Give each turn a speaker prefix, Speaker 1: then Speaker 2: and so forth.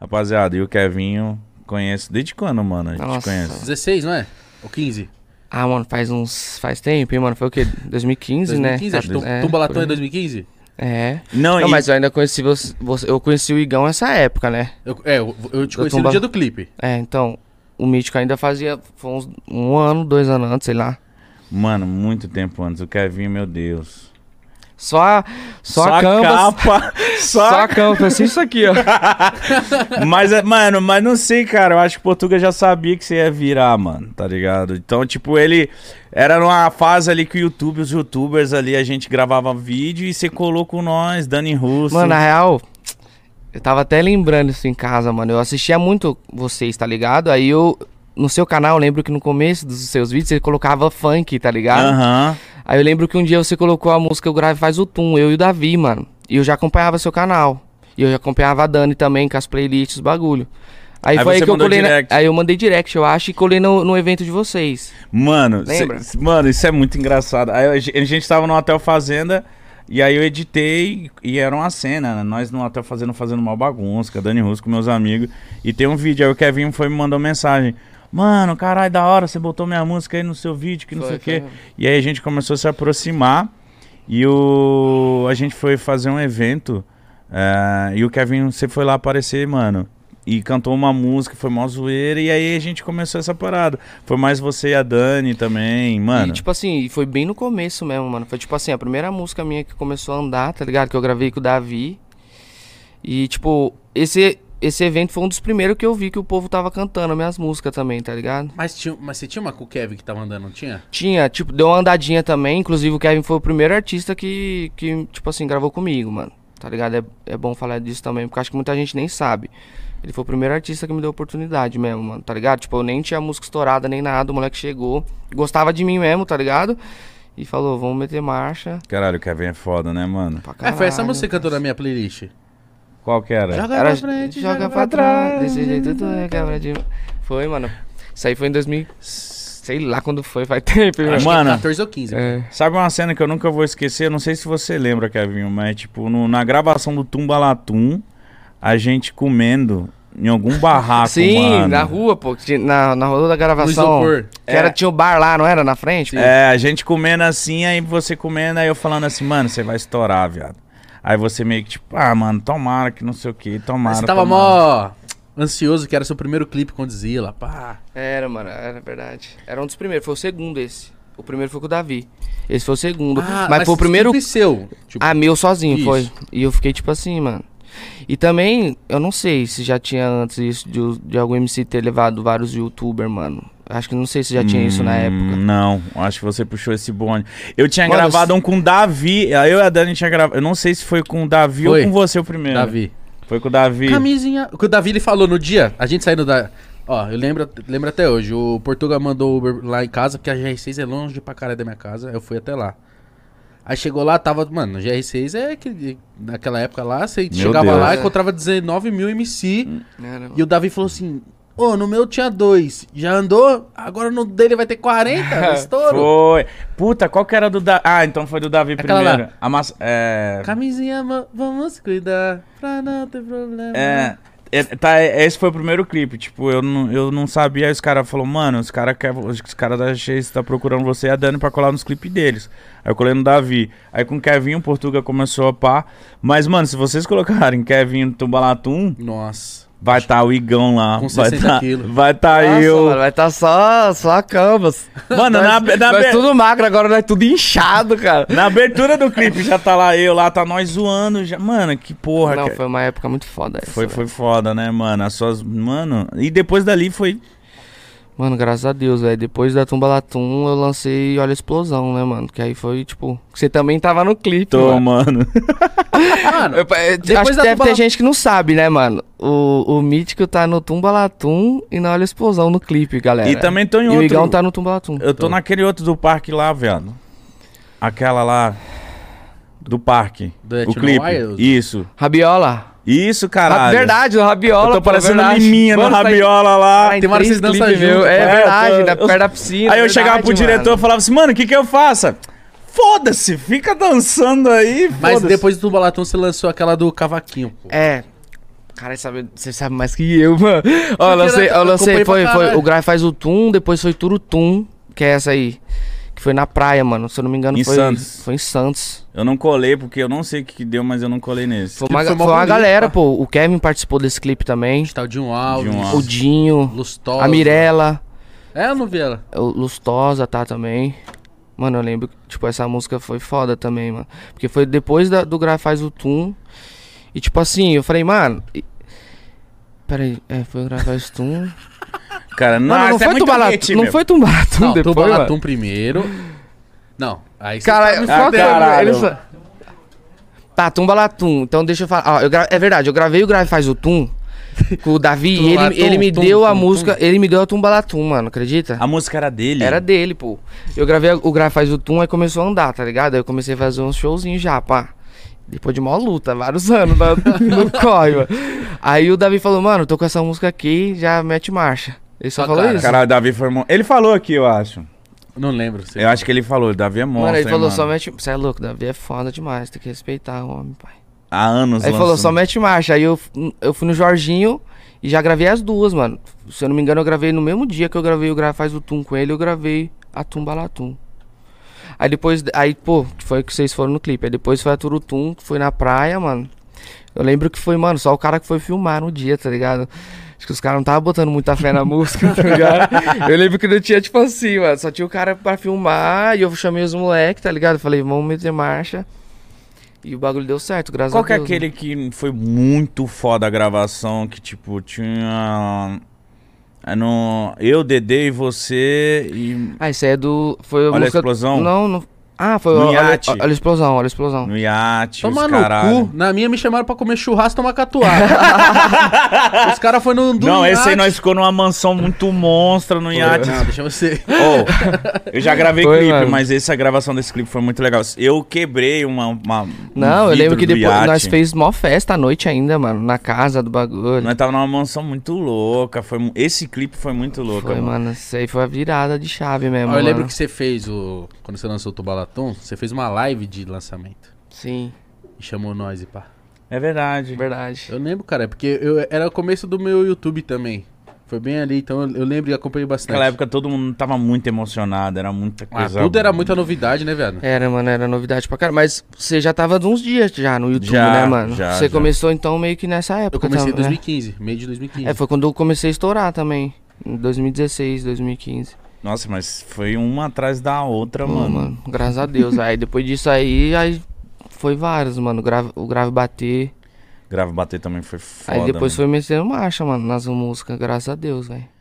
Speaker 1: Rapaziada, e o Kevinho conheço desde quando, mano? A gente
Speaker 2: Nossa.
Speaker 1: conhece.
Speaker 3: 16, não é? Ou 15?
Speaker 2: Ah, mano, faz uns. Faz tempo, hein, mano? Foi o quê? 2015,
Speaker 3: 2015,
Speaker 2: né?
Speaker 3: acho. Tum-
Speaker 2: É,
Speaker 3: Tumba Latão
Speaker 2: foi.
Speaker 3: é 2015?
Speaker 2: É.
Speaker 1: Não,
Speaker 2: Não,
Speaker 1: e-
Speaker 2: mas eu ainda conheci você, você- Eu conheci o Igão nessa época, né?
Speaker 3: Eu, é, eu, eu
Speaker 2: Da
Speaker 3: te conheci
Speaker 2: Tumba-
Speaker 3: no dia do clipe.
Speaker 2: É, então. O Mítico ainda fazia. Foi uns um ano, dois anos antes, sei lá.
Speaker 1: Mano, muito tempo antes. O Kevinho, meu Deus.
Speaker 2: Só a. Só, a Canvas.
Speaker 1: capa. Só,
Speaker 2: Só a Canvas. Assiste isso aqui, ó.
Speaker 1: Mas, é- mano, mas não sei, cara. Eu acho que o Portuga já sabia que você ia virar, mano, tá ligado? Então, tipo, ele. Era numa fase ali que o YouTube, os youtubers ali, a gente gravava vídeo e você colou com nós, Dani Russo.
Speaker 2: Mano, na real, eu tava até lembrando isso em casa, mano. Eu assistia muito vocês, tá ligado? Aí eu. No seu canal, eu lembro que no começo dos seus vídeos você colocava funk, tá ligado?
Speaker 1: Aham.
Speaker 2: Aí eu lembro que um dia você colocou a música Eu Grave Faz o Tum, eu e o Davi, mano. E eu já acompanhava seu canal. E eu já acompanhava a Dani também com as playlists, os bagulho. Aí,
Speaker 1: Aí
Speaker 2: foi aí
Speaker 1: você
Speaker 2: que eu
Speaker 1: mandou
Speaker 2: colei. na-
Speaker 1: direct.
Speaker 2: Aí eu mandei direct, eu acho, e colei no, no evento de vocês.
Speaker 1: Mano, cê-
Speaker 2: Lembra?
Speaker 1: mano, isso é muito engraçado. Aí a gen- a gente tava no Hotel Fazenda e aí eu editei e era uma cena, né? Nós no Hotel Fazenda fazendo uma bagunça, com a Dani Russo com meus amigos. E tem um vídeo, aí o Kevin foi e me mandou mensagem. Mano, caralho, da hora, você botou minha música aí no seu vídeo, que não sei
Speaker 2: Foi,
Speaker 1: o
Speaker 2: foi
Speaker 1: quê. E aí a gente começou a se aproximar e o... a gente foi fazer um evento eh, e o Kevin, você foi lá aparecer, mano. E cantou uma música, foi mó zoeira, e aí a gente começou essa parada. Foi mais você e a Dani também, mano.
Speaker 2: E tipo assim, e foi bem no começo mesmo, mano. Foi tipo assim, a primeira música minha que começou a andar, tá ligado? Que eu gravei com o Davi. E tipo, esse, esse evento foi um dos primeiros que eu vi que o povo tava cantando minhas músicas também, tá ligado?
Speaker 3: Mas, tinha, mas você tinha uma com o Kevin que tava andando, não tinha?
Speaker 2: Tinha, tipo, deu uma andadinha também. Inclusive o Kevin foi o primeiro artista que, que tipo assim, gravou comigo, mano. Tá ligado? É, é bom falar disso também, porque acho que muita gente nem sabe. Ele foi o primeiro artista que me deu oportunidade mesmo, mano, tá ligado? Tipo, eu nem tinha música estourada, nem nada. O moleque chegou, gostava de mim mesmo, tá ligado? E falou, vamos meter marcha
Speaker 1: Caralho, o Kevin é foda, né, mano?
Speaker 2: pra
Speaker 3: É,
Speaker 2: caralho. É.
Speaker 3: foi essa música que cantou na minha playlist.
Speaker 1: Qual que era?
Speaker 3: Joga
Speaker 2: Era,
Speaker 3: pra frente,
Speaker 2: joga, pra trás, desse jeito tu é quebra de... Foi, mano. Isso aí foi em 2000... Sei lá quando foi, faz tempo,
Speaker 1: Ah,
Speaker 2: mano.
Speaker 1: Mano,
Speaker 3: 14 ou 15.
Speaker 2: É.
Speaker 1: Sabe uma cena que eu nunca vou esquecer? Eu Não sei se você lembra, Kevinho, mas tipo, no- na gravação do Tumbalatum, a gente comendo em algum barraco,
Speaker 2: Sim,
Speaker 1: mano.
Speaker 2: na rua, pô. que tinha- Na, na rua da gravação.
Speaker 3: No isopor.
Speaker 2: Que era, tinha o bar lá, não era? Na frente? pô?
Speaker 1: É, a gente comendo assim, aí você comendo, aí eu falando assim, mano, você vai estourar, viado. Aí você meio que tipo, ah, mano, tomara que não sei o que, tomara.
Speaker 3: Você tava
Speaker 1: tomara.
Speaker 3: mó ansioso que era seu primeiro clipe com Dizila, pá.
Speaker 2: Era, mano, era verdade. Era um dos primeiros, foi o segundo esse. O primeiro foi com o Davi. Esse foi o segundo. mas, foi o primeiro.
Speaker 3: Ah,
Speaker 2: Ah,
Speaker 3: clipe seu. Tipo,
Speaker 2: A meu sozinho
Speaker 3: Isso.
Speaker 2: foi. E eu fiquei tipo assim, mano. E também, eu não sei se já tinha antes isso de, de algum MC ter levado vários youtubers, mano. Acho que não sei se já tinha isso na
Speaker 1: Hum,
Speaker 2: época.
Speaker 1: Não, acho que você puxou esse bonde. Eu tinha
Speaker 2: Mano,
Speaker 1: gravado um com o Davi, aí eu e a Dani tinha gravado. Eu não sei se foi com o Davi
Speaker 3: Foi.
Speaker 1: ou com você o primeiro.
Speaker 3: Davi.
Speaker 1: Foi com o Davi.
Speaker 3: Camisinha. O que o Davi ele falou no dia, a gente saindo da. Ó, eu lembro, lembro até hoje. O Portuga mandou Uber lá em casa, porque a GR6 é longe pra caralho da minha casa. Eu fui até lá. Aí chegou lá, tava. Mano, GR6 é que. Naquela época lá, você chegava
Speaker 1: Deus. Hum.
Speaker 3: lá
Speaker 2: É.
Speaker 3: e encontrava 19 mil MC.
Speaker 2: Era, mano.
Speaker 3: E o Davi falou assim: Ô, no meu tinha dois. Já andou? Agora no dele vai ter 40? Estouro.
Speaker 1: Foi. Puta, qual que era do Davi? Ah, então foi do Davi
Speaker 3: Aquela lá.
Speaker 1: primeiro. A massa. É.
Speaker 3: Camisinha, ma- vamos cuidar pra não ter problema.
Speaker 1: É. é, tá, é, esse foi o primeiro clipe. Tipo, eu não, eu não sabia. Aí os caras falaram, mano, os caras os cara da Chase tá procurando você e a Dani pra colar nos clipes deles. Aí eu colei no Davi. Aí com o Kevinho, o Portuga começou a pá. Mas, mano, se vocês colocarem Kevinho no Tubalatum,
Speaker 3: Nossa.
Speaker 1: vai tá o Igão lá.
Speaker 3: Com
Speaker 1: vai
Speaker 3: 60
Speaker 1: tá,
Speaker 3: quilos.
Speaker 1: Vai tá
Speaker 2: Nossa,
Speaker 1: eu.
Speaker 2: mano, vai tá só, só a canvas.
Speaker 1: Mano, na,
Speaker 2: nós,
Speaker 1: na,
Speaker 2: nós tudo magro, agora nós tudo inchado, cara.
Speaker 1: na abertura do clipe já tá lá eu, lá tá nós zoando. Já. Mano, que porra.
Speaker 2: Não,
Speaker 1: que-
Speaker 2: foi uma época muito foda essa.
Speaker 1: Foi,
Speaker 2: velho.
Speaker 1: foi foda, né, mano? As suas. Mano. E depois dali foi.
Speaker 2: Mano, graças a Deus, velho. Depois da Tumba Latum, eu lancei Olha a Explosão, né, mano? Que aí foi, tipo... que Você também tava no clipe,
Speaker 1: Tô,
Speaker 2: mano.
Speaker 1: mano.
Speaker 3: Mano,
Speaker 2: Eu, é,
Speaker 3: Depois
Speaker 2: acho que
Speaker 3: da
Speaker 2: deve
Speaker 3: Tumba
Speaker 2: ter
Speaker 3: La-
Speaker 2: gente que não sabe, né, mano? O, o Mítico tá no Tumba Latum e na Olha a Explosão no clipe, galera.
Speaker 1: E também tô em
Speaker 2: É. E
Speaker 1: outro.
Speaker 2: o Igão tá no Tumba Latum.
Speaker 1: Eu tô,
Speaker 3: Tô.
Speaker 1: naquele outro do parque lá, velho. Aquela lá. Do parque.
Speaker 3: Do Etno
Speaker 1: o clipe.
Speaker 3: Wild?
Speaker 1: Isso.
Speaker 2: Rabiola.
Speaker 1: Isso,
Speaker 2: Ah,
Speaker 1: caralho.
Speaker 2: verdade, o Rabiola.
Speaker 1: Eu tô
Speaker 2: pô,
Speaker 1: parecendo
Speaker 2: verdade.
Speaker 1: liminha no
Speaker 2: Mano, tá em-
Speaker 1: rabiola lá.
Speaker 2: tá em
Speaker 3: Tem uma hora que
Speaker 2: três
Speaker 3: vocês dançam
Speaker 2: clipes,
Speaker 3: junto, né?
Speaker 2: meu. É
Speaker 1: cara.
Speaker 2: verdade,
Speaker 1: Eu
Speaker 2: na
Speaker 1: tô-
Speaker 2: perto da piscina.
Speaker 1: Aí eu
Speaker 2: verdade,
Speaker 1: chegava pro
Speaker 2: mano.
Speaker 1: diretor e falava assim, mano, o que que eu faço? Foda-se, fica dançando aí,
Speaker 3: Mas
Speaker 1: foda-se.
Speaker 3: depois do Tubalatão você lançou aquela do cavaquinho, pô.
Speaker 2: É. Caralho, sabe- você sabe mais que eu, mano. Ó, eu
Speaker 3: Porque
Speaker 2: lancei,
Speaker 3: eu
Speaker 2: eu lancei,
Speaker 3: acompanhei
Speaker 2: foi,
Speaker 3: pra
Speaker 2: foi,
Speaker 3: caralho.
Speaker 2: o Grai faz o Tum, depois foi Turutum, que é essa aí. Que foi na praia, mano. Se eu não me engano,
Speaker 1: Em
Speaker 2: foi,
Speaker 1: Santos.
Speaker 2: foi em Santos.
Speaker 1: Eu não colei, porque eu não sei o que, que deu, mas eu não colei nesse.
Speaker 2: Foi
Speaker 3: clipe
Speaker 2: uma,
Speaker 3: foi
Speaker 2: foi
Speaker 3: mó
Speaker 2: uma
Speaker 3: bonito,
Speaker 2: galera,
Speaker 3: tá?
Speaker 2: pô. O Kevin participou desse clipe também.
Speaker 3: Tá o Dinho Alves,
Speaker 1: Dinho
Speaker 2: O
Speaker 1: Alves.
Speaker 2: Dinho,
Speaker 3: Lustosa.
Speaker 2: a Mirella,
Speaker 3: É, eu não vi ela.
Speaker 2: o Lustosa tá também. Mano, eu lembro que, tipo, essa música foi foda também, mano. Porque foi depois da- do Grai faz o Tum. E, tipo assim, eu falei, mano. e- Peraí, é, foi o Grai faz o Tum.
Speaker 1: Cara, não,
Speaker 2: Mano, não,
Speaker 1: essa é
Speaker 2: foi
Speaker 1: muito
Speaker 2: Tubalatum,
Speaker 1: hate,
Speaker 2: não
Speaker 1: meu.
Speaker 2: foi Tumbalatum
Speaker 3: Não,
Speaker 2: depois,
Speaker 3: Tubalatum
Speaker 2: mano.
Speaker 3: primeiro. Não, aí você
Speaker 2: Cara,
Speaker 3: tá me
Speaker 1: Ah,
Speaker 2: foda,
Speaker 3: fodendo.
Speaker 1: caralho.
Speaker 2: ele só- Tá, Tumbalatum, então deixa eu falar. Ó, eu gra- É verdade, eu gravei o Grave Faz o Tum com o Davi e ele,
Speaker 3: Tumbalatum,
Speaker 2: ele me
Speaker 3: tum,
Speaker 2: deu a
Speaker 3: tum,
Speaker 2: música, ele me deu a Tumbalatum, mano, acredita?
Speaker 1: A música era dele.
Speaker 2: Era dele, pô. Eu gravei o Grave Faz o Tum, aí começou a andar, tá ligado? Aí eu comecei a fazer uns showzinhos já, pá. Depois de mó luta, vários anos na- no corre, mano. Aí o Davi falou, mano, tô com essa música aqui, já mete marcha. Ele só
Speaker 3: Ah,
Speaker 2: falou
Speaker 3: cara,
Speaker 2: isso.
Speaker 1: Caralho, o Davi foi. mo- Ele falou aqui, eu acho.
Speaker 3: Não lembro. sei
Speaker 1: Eu acho que ele falou, o Davi é monstro.
Speaker 2: Mano, ele
Speaker 1: hein,
Speaker 2: falou,
Speaker 1: mano.
Speaker 2: só mete. Você é louco, Davi é foda demais, tem que respeitar o homem, pai.
Speaker 1: Há anos
Speaker 2: Aí ele falou,
Speaker 1: lançando.
Speaker 2: só mete marcha. Aí eu, f- eu fui no Jorginho e já gravei as duas, mano. Se eu não me engano, eu gravei no mesmo dia que eu gravei o Gra- Faz o Tum com ele, eu gravei a Tum Balatum. Aí depois, aí, pô, que foi que vocês foram no clipe. Aí depois foi a Turutum, que foi na praia, mano. Eu lembro que foi, mano, só o cara que foi filmar no dia, tá ligado? Acho que os caras não estavam botando muita fé na música, tá ligado? Eu lembro que não tinha, tipo assim, mano, só tinha o cara pra filmar e eu chamei os moleques, tá ligado? Falei, vamos meter marcha. E o bagulho deu certo, graças
Speaker 1: Qual
Speaker 2: a
Speaker 1: que é
Speaker 2: Deus. né?
Speaker 1: aquele que foi muito foda a gravação, que tipo, tinha. é No... Eu, Dedê e você e.
Speaker 2: Ah, isso aí é do. Foi a
Speaker 1: Olha a
Speaker 2: música...
Speaker 1: Explosão?
Speaker 2: Não, não. Ah, foi
Speaker 1: No
Speaker 2: o. Olha,
Speaker 1: iate.
Speaker 2: olha a explosão, olha a explosão.
Speaker 1: No iate,
Speaker 3: Tomar
Speaker 1: os
Speaker 3: no
Speaker 1: caralho.
Speaker 3: cu. Na minha me chamaram pra comer churrasco e tomar catuaba. os caras foram no. do
Speaker 1: Não, esse aí
Speaker 3: iate.
Speaker 1: nós ficou numa mansão muito monstra no iate.
Speaker 3: Não, deixa você.
Speaker 1: Ô, eu já gravei
Speaker 2: Foi,
Speaker 1: clipe,
Speaker 2: mano.
Speaker 1: mas essa gravação desse clipe foi muito legal. Eu quebrei uma. uma um
Speaker 2: Não, eu
Speaker 1: vidro
Speaker 2: lembro que
Speaker 1: do
Speaker 2: depois
Speaker 1: iate.
Speaker 2: nós fez mó festa à noite ainda, mano, na casa do bagulho.
Speaker 1: Nós tava numa mansão muito louca. Foi... mu- Esse clipe foi muito louco.
Speaker 2: foi, mano, isso aí foi a virada de chave
Speaker 1: É,
Speaker 2: mesmo.
Speaker 3: Ó, eu lembro
Speaker 2: mano.
Speaker 3: que você fez o. Quando você lançou o Tubalatum, você fez uma live de lançamento.
Speaker 2: Sim,
Speaker 3: E chamou nós e pá.
Speaker 1: É verdade.
Speaker 2: verdade.
Speaker 3: Eu lembro, cara, porque eu, era o começo do meu YouTube também. Foi bem ali, então eu, eu lembro e acompanhei bastante.
Speaker 1: Naquela época todo mundo tava muito emocionado, era muita
Speaker 3: Ah,
Speaker 1: coisa.
Speaker 3: tudo era muita novidade, né, velho?
Speaker 2: Era, mano, era novidade pra caralho. Mas você já tava de uns dias já no YouTube,
Speaker 1: Já,
Speaker 2: né, mano?
Speaker 1: já,
Speaker 2: você
Speaker 1: já.
Speaker 2: começou então meio que nessa época.
Speaker 3: Eu comecei em
Speaker 2: também, né?
Speaker 3: 2015, meio de 2015.
Speaker 2: É, foi quando eu comecei a estourar também. Em 2016, 2015.
Speaker 1: Nossa, mas foi uma atrás da outra,
Speaker 2: Pô,
Speaker 1: mano.
Speaker 2: mano, graças a Deus. aí depois disso aí, aí foi vários, mano. O grave, o grave bater.
Speaker 1: Grave bater também foi foda.
Speaker 2: Aí
Speaker 1: mano.
Speaker 2: depois foi metendo marcha, mano, nas músicas, graças a Deus, velho.